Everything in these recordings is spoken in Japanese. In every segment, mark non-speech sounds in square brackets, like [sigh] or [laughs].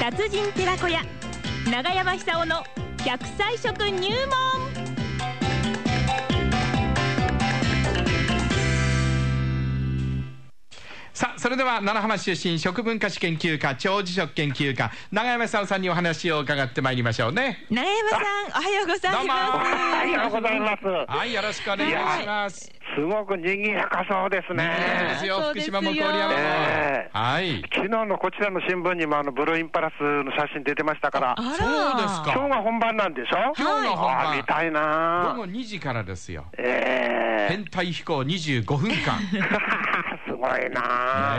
達人寺子屋長山久夫の百歳食入門さあそれでは奈良浜出身食文化史研究家長寿食研究家永山さんさんにお話を伺ってまいりましょうね長山さんおはようござどういもますありがとうございます。はいよろしくお願いしますすごく賑やかそうですね。そうですよそう福ですよ島も郡山も、ええはい昨日のこちらの新聞にもあのブルーインパルスの写真出てましたから、あらそうですか今日が本番なんでしょ今日が本番あ見たい午な後2時からですよええ天体飛行25分 [laughs] 間すごいな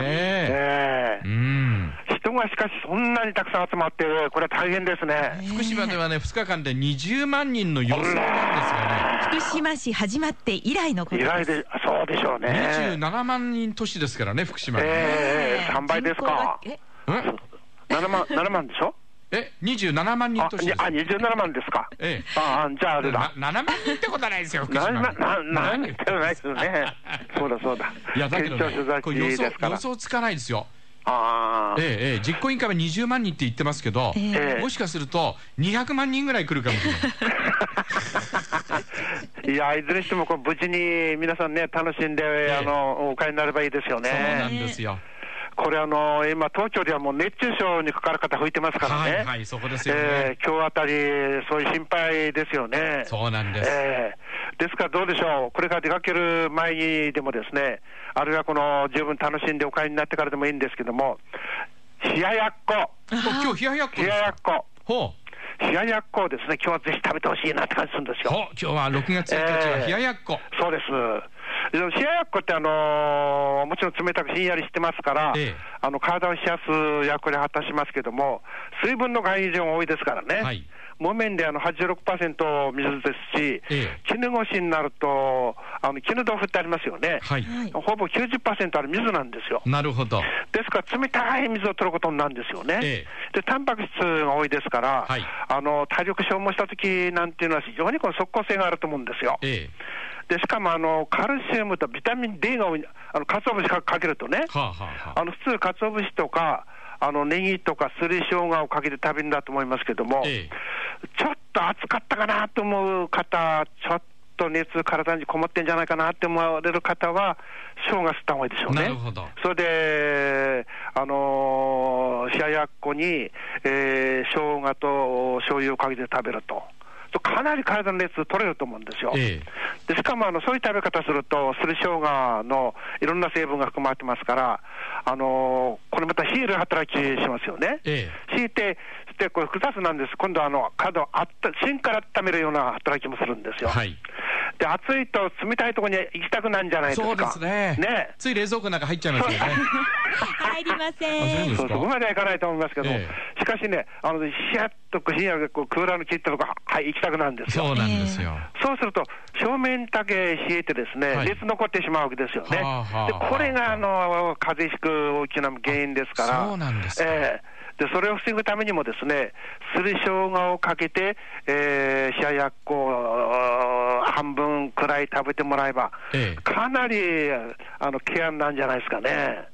ねえうえん人がしかしそんなにたくさん集まって、これ大変ですね。福島ではね2日間で20万人の予想なん福島市始まって以来のこ以と来ですで、そうでしょうですがねね。 27万人都市ですからね福島ねええ3倍ですか。人口がん7万、7万でしょえ27万人あ、都市でにすあ27万ですか。ええああ、じゃああれだな。7万人ってことはないですよ福な島んな、な、なん言いってもないですよね。そうだそうだ。やだけど、県庁所ね在、こ地れ予想ですか予ら。想つかないですよ、ああええ、ええ、実行委員会は20万人って言ってますけど、えええもしかすると200万人ぐらい来るかもしれない。いや、いずれにしてもこう無事に皆さんね、楽しんで、えあのお帰りになればいいですそようなんね。ですよ。これ、あの今、東京ではもう熱中症にかかる方、吹いてますからはね、いはいそこですよねええ今日あたり、そういう心配ですよね。そうなんですええですから、どうでしょう、これから出かける前にでもですね、あるいはこの十分楽しんでお帰りになってからでもいいんですけども、冷ややっこ、お今日冷ややっこです冷ややっこ。ほ冷ややっこをですね、今日はぜひ食べてほしいなって感じするんですう、ほうよ。、今日は6月1日は冷ややっこ。そうです。で冷ややっこって、あのーもちろん冷たくひんやりしてますから、ええあの体を冷やす役割を果たしますけども、水分の含有量が多いですからね、はい木綿であの86%水ですえし、え絹ごしになると、あの絹豆腐ってありますよね、はい、はいほぼ90%あれ、水なんですよ。なるほど。ですから、冷たい水を取ることになるんですよね。えで、タンパク質が多いですから、はいあの体力消耗したときなんていうのは、非常にこの即効性があると思うんですよ。ええ、で、しかもあのカルシウムとビタミン D が多い、あの鰹節かかけるとね、はあ、はあはあ、あの普通、鰹節とか、あのネギとかすり生姜をかけて食べるんだと思いますけども、ええちょっと暑かったかなと思う方、ちょっと熱、体にこもってんじゃないかなって思われる方は、生姜吸った方がいいでしょうね。なるほどそれで、あのー冷ややっこに、えー、生姜と醤油をかけて食べると。かなり体の熱取れると思うんですよ。えでしかもあのそういう食べ方すると、すり生姜のいろんな成分が含まれてますから、あのーこれまた冷える働きしますよね。え敷いて、そしてこれ複雑なんです。今度あの体をあった芯から温めるような働きもするんでえ、すよ。はい。で暑いと冷たいところに行きたくなんじゃないですか。そうですねねつい冷蔵庫なんか入っちゃいます [laughs] よね。入りませあんそそううそこまではいかないと思いますけど、えしかしね、あの、ひやっとこうひんやりこうクーラーの切ったとこ、はい、行きたくなるんですよ。そうなんですよ。そうすると、表面だけ冷えてですね、はい熱残ってしまうわけですよね。はあはあでこれはあがあの風邪ひく大きな原因ですから。そうなんですかええでそれを防ぐためにもですね、すり生姜をかけて、えー、冷ややっこを半分くらい食べてもらえば、ええかなりあのケアなんじゃないですかね。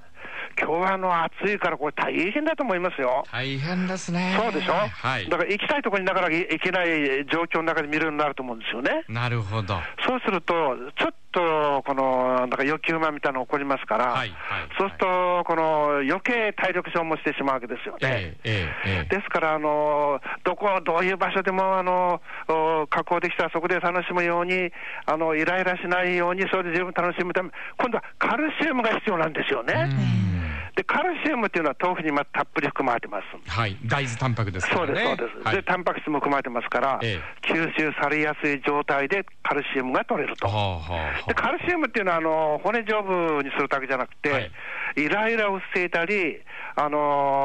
今日はあの暑いからこれ大変だと思いますよ。大変ですね。そうでしょ、はいだ。から行きたいところになかなか行けない状況の中で見るようになると思うんですよね。なるほど。そうすると、ちょっとこのなんか欲求不満みたいなの起こりますから、はいはいそうすると、この余計体力消耗してしまうわけですよえね。え、ええ、ええ。ですから、あのどこ、どういう場所でもあのお加工できたらそこで楽しむようにあの、イライラしないように、それで十分楽しむため、今度はカルシウムが必要なんですようね。んで、カルシウムっていうのは豆腐にまたっぷり含まれてます。はい、大豆タンパクですかそうらです、ね。そうです、はいで、タンパク質も含まれてますから、え吸収されやすい状態でカルシウムが取れると。ほうほうほうでカルシウムっていうのはあの骨丈夫にするだけじゃなくて、はいイライラを防いだり、あの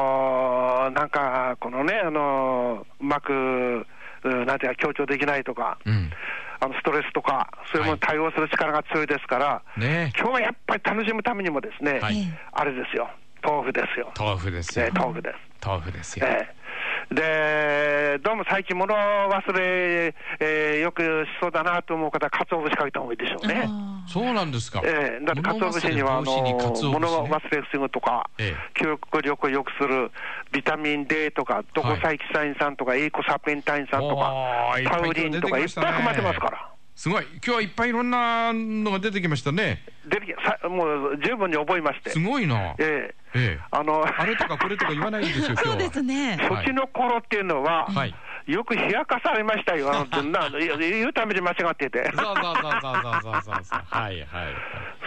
ーなんかこのね、あのーうまくうんなんていうか、強調できないとか、うん。あのストレスとか、そういうものに対応する力が強いですから、ね今日はやっぱり楽しむためにもですね、はいあれですよ、豆腐ですよ、豆腐ですよね。豆腐です。豆腐ですよ。ええで、どうも最近、物忘れ、えーよくしそうだなと思う方は、かつお節かけた方がいいでしょうね。あそうなんですか。ええだって、かつお節には、あの、物忘れ防止に鰹節ね物を忘れ防ぐとか、え記憶力を良くする、ビタミン D とか、ドコサイキサイン酸とか、エイコサペンタイン酸とかおーいっ、ぱタいウリンとか、い出てきまっしたぱねい含まれてますから。すごい。今日はいっぱいいろんなのが出てきましたね。出てきさもう十分に覚えましてす。ごいな。ええええ。あの、あれと [laughs] かこれとか言わないんですよ、今日は。そうですね。はい初期の頃っていうのは、はいよく冷やかされましたよ、あのな [laughs] 言う言うために間違ってそてうそうそうそうそうそうそう。そう。はいはい。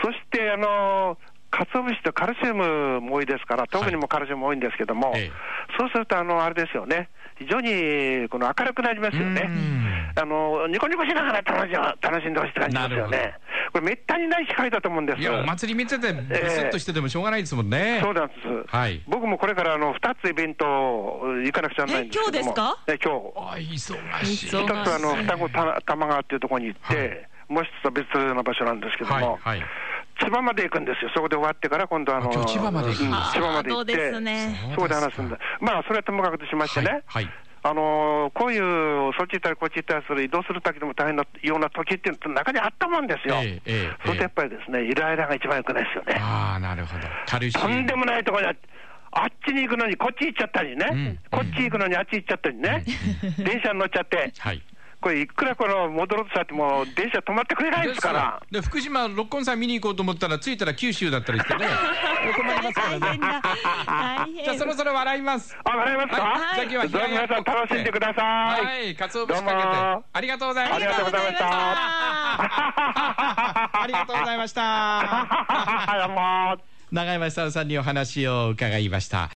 そして、あの、かつお節とカルシウムも多いですから、特にもうカルシウム多いんですけども、ええそうすると、あの、あれですよね、非常にこの明るくなりますよね。うんあの、ニコニコしながら楽し楽しんでほしいって感じですよなるね。これ、めったにない機会だと思うんですいや、お祭り見てて、ブスッとしててもしょうがないですもんね。そうなんです。はい僕もこれからあの2つイベント行かなくちゃならないんでえ今日すけども。ですかえ今あ、日。忙しい。忙しい一つはあの双子た玉川っていうところに行って、はいもう一つは別の場所なんですけども、はいはい。千葉まで行くんですよ、そこで終わってから、今度ああの、今日千葉まで行くうんあ千葉まで行っそうですて、ね。そこで話すんだ、まあそれはともかくとしましてね、はい。はいあのこういう、そっち行ったりこっち行ったりする、移動するだけでも大変なような時っていうの中にあったもんですよ、ええええそれとやっぱりですね、イライラが一番良くないですよね。ああ、なるほど。カルシとウんムで。もないところにああっちに行くのにこっち行っちゃったりね、うんこっち行くのにあっち行っちゃったりね、電車に乗っちゃって、はい。これ、いくらこの戻ろうとしたっても、電車止まってくれないですから、で福島六根山見に行こうと思ったら着いたら九州だったり [laughs] してね。困りますから大ね。変だ。大じゃあ変そ。ろそろ笑います。あ、わかりますか、はいじゃあ今日はどうも皆さん、楽しんでください。はい、かつお節かけてどうも。ありがとうございまあしたりがとうございました。ありがとうございました。 [laughs] どうも長山久夫さんにお話を伺いました。